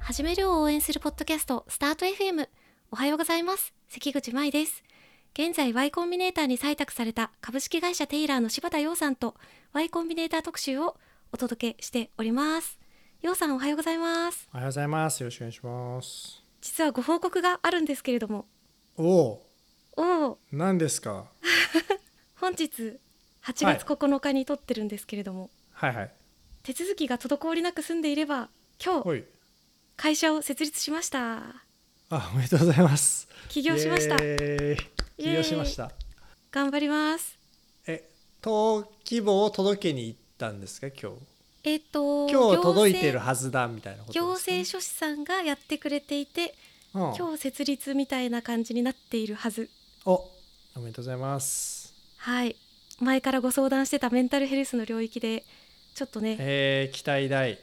始めるを応援するポッドキャストスタート FM おはようございます関口舞です現在 Y コンビネーターに採択された株式会社テイラーの柴田洋さんと Y コンビネーター特集をお届けしております洋さんおはようございますおはようございます。よろしくお願いします。実はご報告があるんですけれどもおお、おお何ですか。本日8月9日に撮ってるんですけれども、はいはい。手続きが滞りなく済んでいれば今日おい。会社を設立しましたあ、おめでとうございます。起業しましたイエーイイエーイ起業しました。頑張りますえ、登記簿を届けに行ったんですか、今日。えっ、と今日届いてるはずだみたいなことですか、行政書士さんがやってくれていてうん今日設立みたいな感じになっているはずお、おめでとうございます。はい前からご相談してたメンタルヘルスの領域でちょっとねえー、期待大。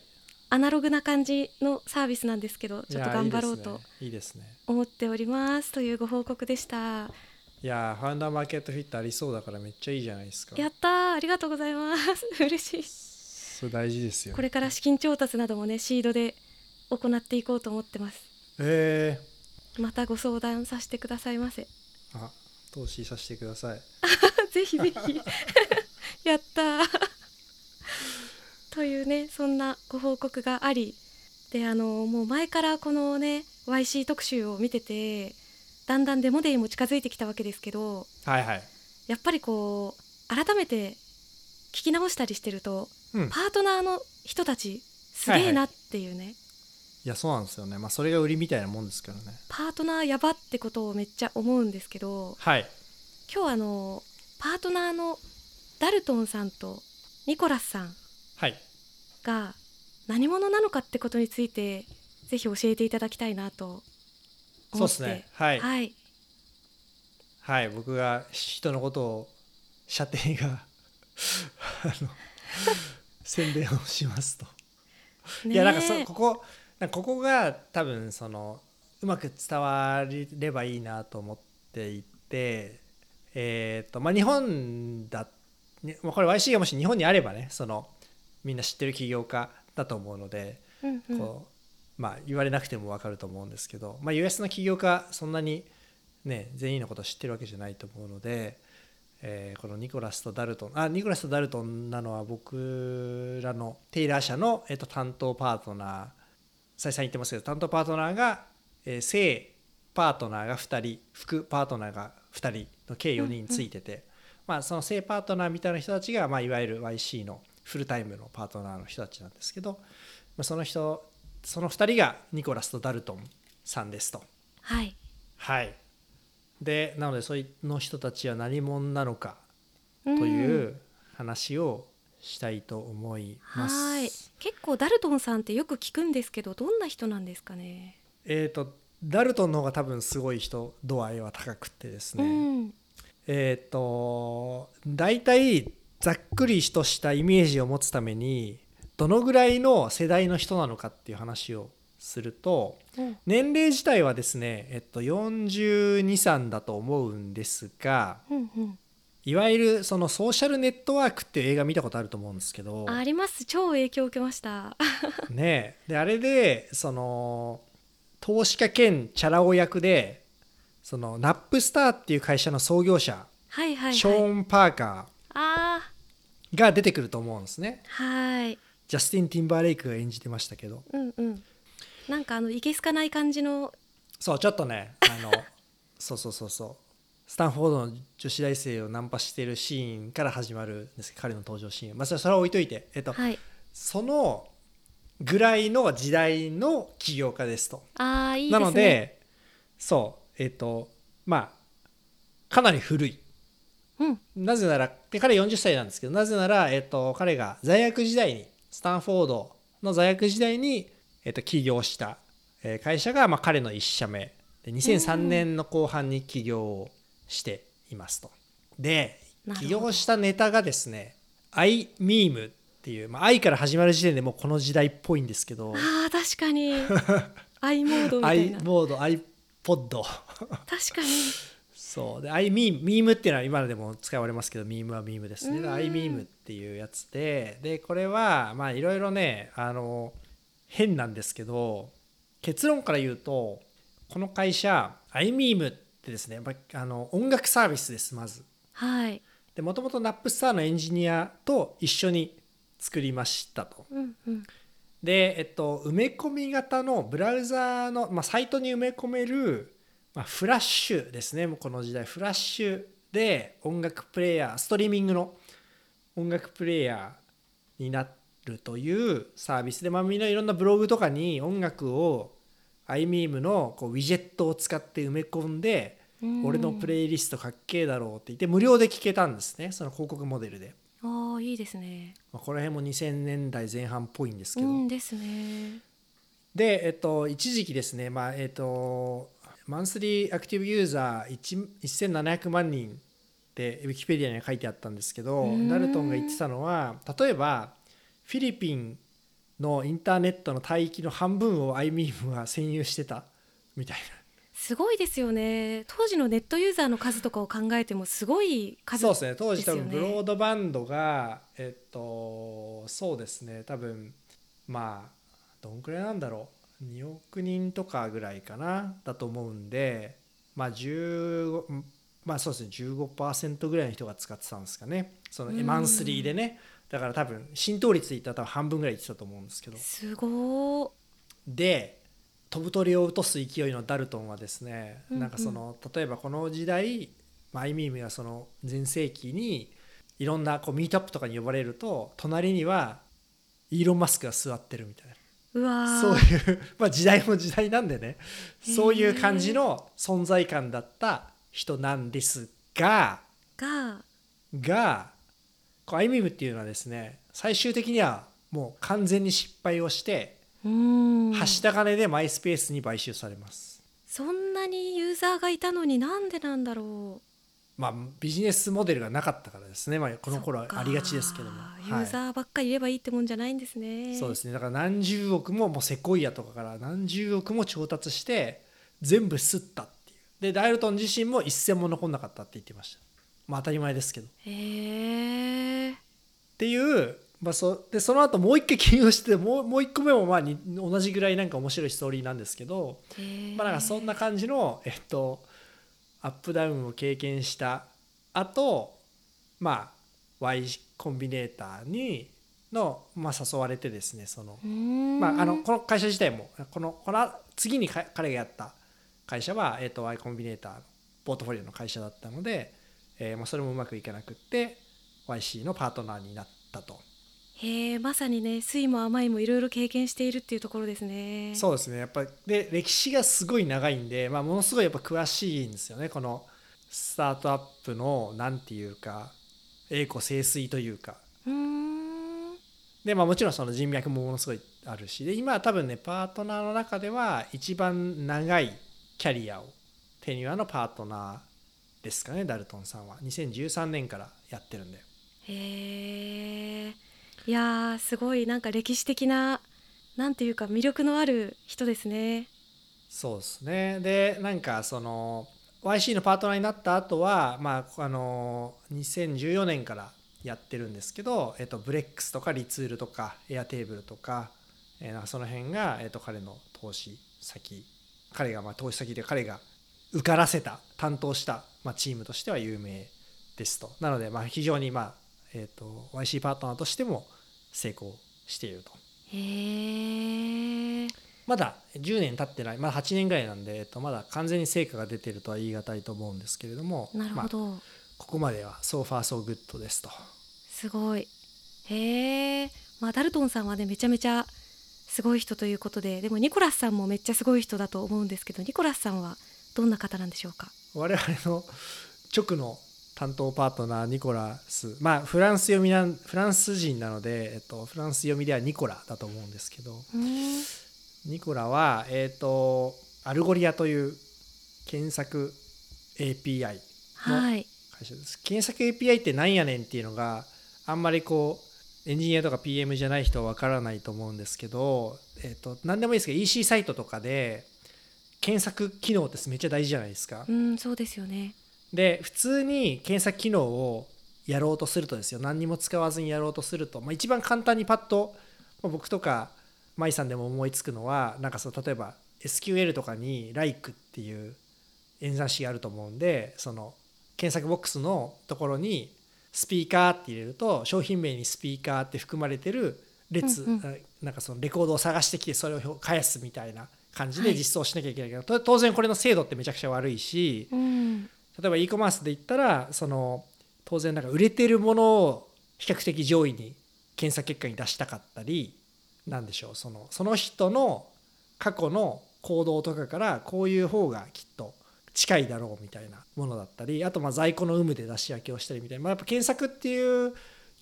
アナログな感じのサービスなんですけどいちょっとや頑張ろうといいですね。いいですね思っておりますというご報告でしたいやーファウンダーマーケットフィットありそうだからめっちゃいいじゃないですか。やったーありがとうございます 嬉しいそれ大事ですよ。これから資金調達などもねシードで行っていこうと思ってますえー、またご相談させてくださいませあ、投資させてください。 ぜひぜひやったー というねそんなご報告がありであのもう前からこのね YC 特集を見ててだんだんデモデイも近づいてきたわけですけどはいはい。やっぱりこう改めて聞き直したりしてるとうん、パートナーの人たちすげえなっていうね、いやそうなんですよねまあそれが売りみたいなもんですけどねパートナーやばってことをめっちゃ思うんですけどはい今日あのパートナーのダルトンさんとニコラスさんはいが何者なのかってことについてぜひ教えていただきたいなとそ思っうでてすねはいはい、はい、僕が人のことを射程が あの宣伝をしますと、ねいやなんかそここなんかここが多分そのうまく伝わればいいなと思っていてえっ、とまあ日本だ、ねまあ、これ YC がもし日本にあればねそのみんな知ってる起業家だと思うのでうんうんこうまあ、言われなくても分かると思うんですけど、まあ、US の起業家そんなに、ね、全員のこと知ってるわけじゃないと思うので、えーこのニコラスとダルトンあニコラスとダルトンなのは僕らのテイラー社の、えっと担当パートナー再三言ってますけど担当パートナーが、えー正パートナーが2人副パートナーが2人の計4人ついてて、まあ、その正パートナーみたいな人たちが、まあ、いわゆる YC のフルタイムのパートナーの人たちなんですけど、まあ、その人その2人がニコラスとダルトンさんですと。はいはい、でなのでその人たちは何者なのかとという話をしたいと思います。はい結構ダルトンさんってよく聞くんですけどどんな人なんですかねえー、とダルトンの方が多分すごい人度合いは高くてですね、うんえっ、と大体ざっくりとしたイメージを持つためにどのぐらいの世代の人なのかっていう話をするとうん年齢自体はですね、えっと、423だと思うんですがうんうんいわゆるそのソーシャルネットワークっていう映画見たことあると思うんですけどあります超影響を受けました ねえであれでその投資家兼チャラ男役でそのナップスターっていう会社の創業者、はいはいはいショーン・パーカあーが出てくると思うんですねーはいジャスティン・ティンバーレイクが演じてましたけどうんうんなんかあのいけすかない感じのそうちょっとねあの そうそうそうそうスタンフォードの女子大生をナンパしてるシーンから始まるんですけど彼の登場シーンまあそれそれは置いといて、えっとはいそのぐらいの時代の起業家ですとあーいいですねなのでそうえっ、とまあかなり古いうんなぜならで彼40歳なんですけどなぜなら、えっと彼が在学時代にスタンフォードの在学時代に、えっと起業した、えー会社が、まあ、彼の1社目で2003年の後半に起業をしていますと。でなるほ起ど業したネタがですね「iMeme」っていう、まあ、i から始まる時点でもうこの時代っぽいんですけどあー確かに i モードみたい i な確モード iPod かにそうで i ミームミームっていうのは今でも使われますけどミームはミームですねうん i ミームっていうやつででこれはまあいろいろねあの変なんですけど結論から言うとこの会社 iMeme ってですねやっぱりあの音楽サービスですまず。はい。でもともとナップスターのエンジニアと一緒に作りましたと。うんうん。で、えっと、埋め込み型のブラウザーの、まあ、サイトに埋め込める、まあ、フラッシュですねもうこの時代フラッシュで音楽プレイヤーストリーミングの音楽プレイヤーになるというサービスで、まあ、みんないろんなブログとかに音楽を iMeme のこうウィジェットを使って埋め込んで、うん俺のプレイリストかっけえだろうって言って無料で聴けたんですねその広告モデルで、ああいいですね。まあ、この辺も2000年代前半っぽいんですけうど、んですね。で、えっと、一時期ですね、まあえっと、マンスリーアクティブユーザー1 1700万人ってウィキペディアには書いてあったんですけどーんダルトンが言ってたのは例えばフィリピンのインターネットの帯域の半分を iMeme は占有してたみたいすごいですよね。当時のネットユーザーの数とかを考えてもすごいな数。そうですね当時多分ですブよねロードバンドが、えっとそうですね多分まあどんくらいなんだろう2億人とかぐらいかなだと思うんでまあ15まあそうですね15%ぐらいの人が使ってたんですかねそのうんマンスリーでねだから多分浸透率でいったら多分半分ぐらいいってたと思うんですけどすごで飛ぶ鳥を落とす勢いのダルトンはですね、うんうんなんかその例えばこの時代まあアイミームがその全盛期にいろんなこうミートアップとかに呼ばれると隣にはイーロン・マスクが座ってるみたいな。い。うわーそういう、 まあ、時代も時代なんでねへーそういう感じの存在感だった人なんですがががこうアイミームっていうのはですね最終的にはもう完全に失敗をしてうーん。はした金でマイスペースに買収されます、そんなにユーザーがいたのになんでなんだろう。まあビジネスモデルがなかったからですね、まあ、この頃はそっかありがちですけどもユーザーばっかりいればいいってもんじゃないんですはね。い、そうですねだから何十億ももうセコイアとかから何十億も調達して全部すったっていうでダイルトン自身も一銭も残んなかったって言ってましたまあ当たり前ですけどっへえ。ていう、まあ、そでその後もう一回 起用してもうもう一個目もまあに同じぐらいなんか面白いストーリーなんですけどまあなんかそんな感じの、えっと、アップダウンを経験した後、まあ Y コンビネーターにの、まあ、誘われてですねその、ままあ、あのこの会社自体もこのこの次にか彼がやった会社は、えっと、Y コンビネーターのポートフォリオの会社だったので、えーまあ、それもうまくいかなくって YC のパートナーになったと。へえまさにね酸いも甘いもいろいろ経験しているっていうところですねそうですねやっぱで歴史がすごい長いんで、まあ、ものすごいやっぱ詳しいんですよねこのスタートアップのなんていうか栄枯盛衰というかうーんで、まあ、もちろんその人脈もものすごいあるしで今は多分ねパートナーの中では一番長いキャリアをテニュアのパートナーですかねダルトンさんは2013年からやってるんでへえいやーすごいなんか歴史的ななんていうか魅力のある人ですねそうですねでなんかその YC のパートナーになった後はまああの2014年からやってるんですけど、えっと、ブレックスとかリツールとかエアテーブルとか,、えーなんかその辺が、えっと、彼の投資先彼がまあ投資先で彼が受からせた担当した、まあ、チームとしては有名ですとなので、まあ、非常に、まあえっと YC パートナーとしても成功していると。へえまだ10年経ってない、まだ8年ぐらいなんで、えっと、まだ完全に成果が出てるとは言い難いと思うんですけれども、なるほまあど、ここまでは、so far so good ですと。すごいへえまあダルトンさんはねめちゃめちゃすごい人ということででもニコラスさんもめっちゃすごい人だと思うんですけどニコラスさんはどんな方なんでしょうか我々の直の担当パートナー、ニコラス、まあ、フランス読みなん、フランス人なので、えっと、フランス読みではニコラだと思うんですけど、うーんニコラは、えっと、アルゴリアという検索 API のはい会社です検索 API ってなんやねんっていうのがあんまりこうエンジニアとか PM じゃない人はわからないと思うんですけど、えっと何でもいいですけど EC サイトとかで検索機能ってめっちゃ大事じゃないですか、うんそうですよねで普通に検索機能をやろうとするとですよ何にも使わずにやろうとすると、まあ、一番簡単にパッとまあ僕とか舞さんでも思いつくのはなんかその例えば SQL とかに like っていう演算子があると思うんでその検索ボックスのところにスピーカーって入れると商品名にスピーカーって含まれてる列、うんうんあなんかそのレコードを探してきてそれを返すみたいな感じはでい実装しなきゃいけないけど、と当然これの精度ってめちゃくちゃ悪いしうん例えば e コマースで言ったらその当然なんか売れてるものを比較的上位に検査結果に出したかったりなんでしょうそのその人の過去の行動とかからこういう方がきっと近いだろうみたいなものだったりあとまあ在庫の有無で出し分けをしたりみたいな、まあ、やっぱ検索っていう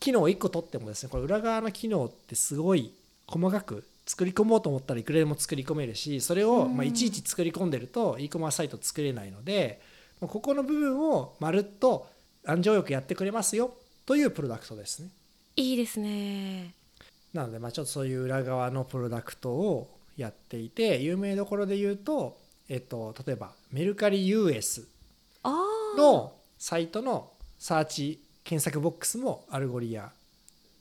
機能を1個取ってもですねこれ裏側の機能ってすごい細かく作り込もうと思ったらいくらでも作り込めるしそれをうんまあいちいち作り込んでると e コマースサイト作れないのでもうここの部分をまるっと安上よくやってくれますよというプロダクトですね。いいですねなのでまあちょっとそういう裏側のプロダクトをやっていて有名どころで言うと、えっと、例えばメルカリ US あーのサイトのサーチ検索ボックスもアルゴリア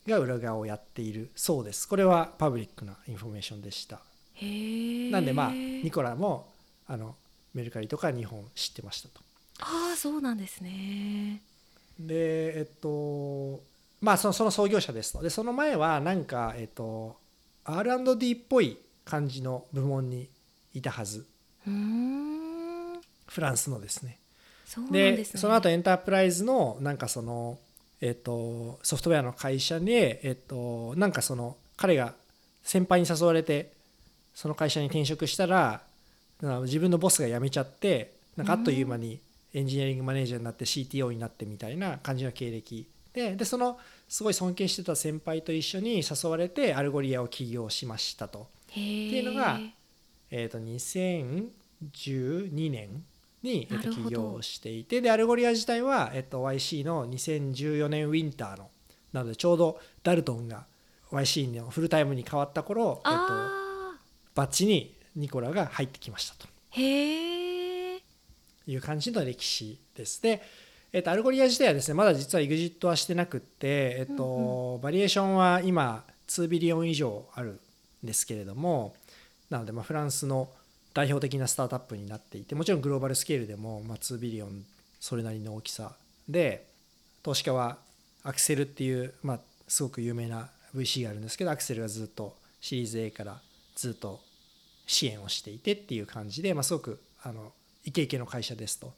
が裏側をやっているそうですこれはパブリックなインフォメーションでしたへーなんでまあニコラもあのメルカリとか日本知ってましたとああそうなんですねでえっとまあそのその創業者ですとでその前はなんかえっと R&D っぽい感じの部門にいたはずうーんフランスのですねそうなんでですねその後エンタープライズのなんかその、えっとソフトウェアの会社に、えっとなんかその彼が先輩に誘われてその会社に転職したらな自分のボスが辞めちゃってなんかあっという間にエンジニアリングマネージャーになって CTO になってみたいな感じの経歴ででそのすごい尊敬してた先輩と一緒に誘われてアルゴリアを起業しましたと。っていいうのがえー、と2012年に、えーなとるほど起業していてでアルゴリア自体は、えー、と YC の2014年ウィンターのなのでちょうどダルトンが YC のフルタイムに変わった頃、えー、とあバッチにニコラが入ってきましたとーへえいう感じの歴史です。でえー、とアルゴリア自体はですねまだ実は EXIT はしてなくって、えーとバリエーションは今2ビリオン以上あるんですけれどもなのでまあフランスの代表的なスタートアップになっていてもちろんグローバルスケールでもまあ2ビリオンそれなりの大きさで投資家はアクセルっていうまあすごく有名な VC があるんですけどアクセルがずっとシリーズ A からずっと支援をしていてっていう感じでまあすごくあのイケイケの会社ですと。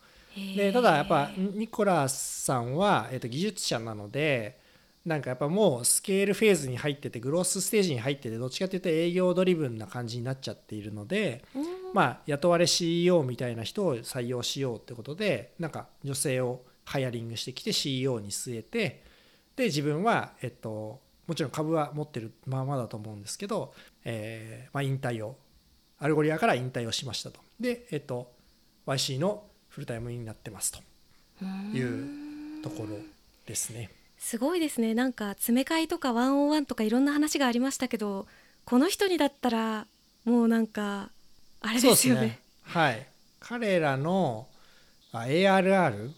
でただやっぱニコラさんは、えっと技術者なのでなんかやっぱもうスケールフェーズに入っててグロースステージに入っててどっちかというと営業ドリブンな感じになっちゃっているので、まあ、雇われ CEO みたいな人を採用しようってことでなんか女性をハイアリングしてきて CEO に据えてで自分は、えっと、もちろん株は持ってるままだと思うんですけど、えーまあ、引退をアルゴリアから引退をしましたとで、えっと、YC のフルタイムになってますというところですね。すごいですねなんか詰め替えとかワンオンワンとかいろんな話がありましたけどこの人にだったらもうなんかあれですよねそうはい、彼らのあ ARR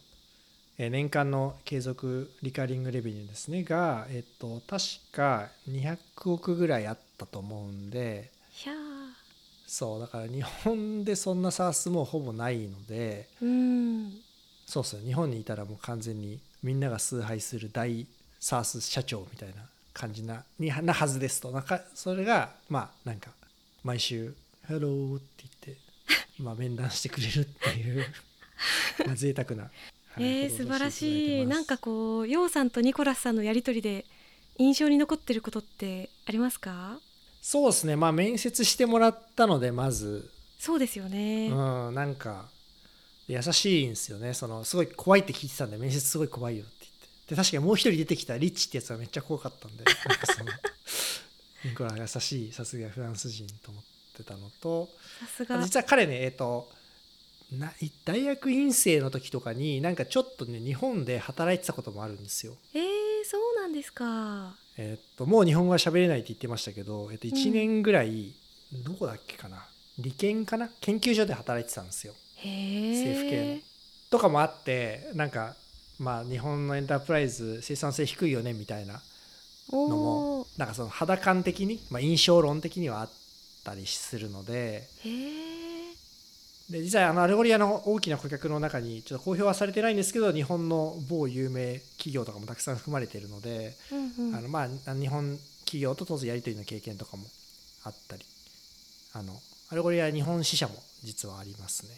えー年間の継続リカリングレベニューですねが、えっと、確か200億ぐらいあったと思うんでひゃーそうだから日本でそんな SARS もうほぼないのでうんそうそう日本にいたらもう完全にみんなが崇拝する大 SARS 社長みたいな感じなになはずですとなんかそれがまあなんか毎週「ハロー」って言って、まあ、面談してくれるっていうまあ贅沢な、はいえーこ素とを晴らさせてしいただてますなんかこうヨウさんとニコラスさんのやりとりで印象に残ってることってありますかそうですねまあ面接してもらったのでまずそうですよね、うん、なんか優しいんですよねそのすごい怖いって聞いてたんで面接すごい怖いよって言ってで確かにもう一人出てきたリッチってやつはめっちゃ怖かったんでなんかそのニコラ優しいさすがフランス人と思ってたのとさすが実は彼ねえっ、とない大学院生の時とかになんかちょっとね日本で働いてたこともあるんですよ。えー、そうなんですかえっともう日本語は喋れないって言ってましたけど、えっと、う1ん年ぐらい、どこだっけかな理研かな研究所で働いてたんですよ。へ政府系えのとかもあってなんかまあ日本のエンタープライズ生産性低いよねみたいなのおもおなんかその肌感的に、まあ、印象論的にはあったりするのでへえで実際あのアルゴリアの大きな顧客の中にちょっと公表はされてないんですけど日本の某有名企業とかもたくさん含まれているので、うんうんあのまあ日本企業と当然やり取りの経験とかもあったりあのアルゴリア日本支社も実はありますね。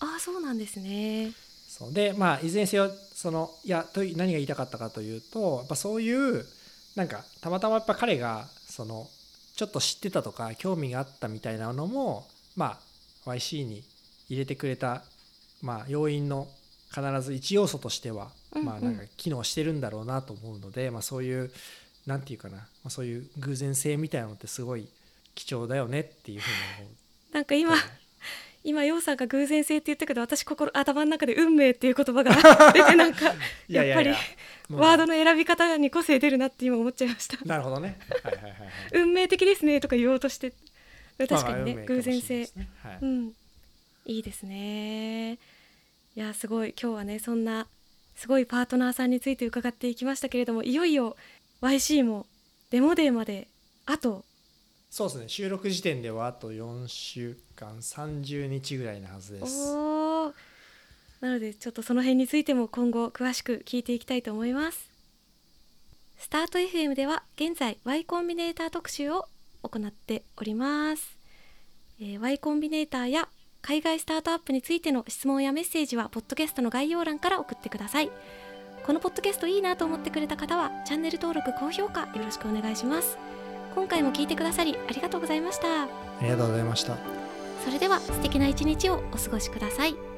ああそうなんですね。そうでまあいずれにせよそのいやと何が言いたかったかというとやっぱそういうなんかたまたまやっぱ彼がそのちょっと知ってたとか興味があったみたいなのもまあ YC に入れてくれた、まあ、要因の必ず一要素としては、うんうんまあなんか機能してるんだろうなと思うので、まあ、そういうなんていうかな、まあ、そういう偶然性みたいなのってすごい貴重だよねっていうふうに思う。なんか 今今ようさんが偶然性って言ったけど私心頭の中で運命っていう言 葉が出てなんかいやいやいややっもうワードの選び方に個性出るなって今思っちゃいました。なるほどね。はいはいはいはい運命的ですねとか言おうとして確かにね、まあ偶然。運性命かもしれないですねはいうん、いいですね。いやすごい今日はねそんなすごいパートナーさんについて伺っていきましたけれどもいよいよ YC もデモデーまであとそうですね収録時点ではあと4週間30日ぐらいなはずおですーなのでちょっとその辺についても今後詳しく聞いていきたいと思います。スタート FM では現在 Y コンビネーター特集を行っております、えー Y コンビネーターや海外スタートアップについての質問やメッセージはポッドキャストの概要欄から送ってくださいこのポッドキャストいいなと思ってくれた方はチャンネル登録高評価よろしくお願いします今回も聞いてくださりありがとうございましたありがとうございましたそれでは素敵な一日をお過ごしください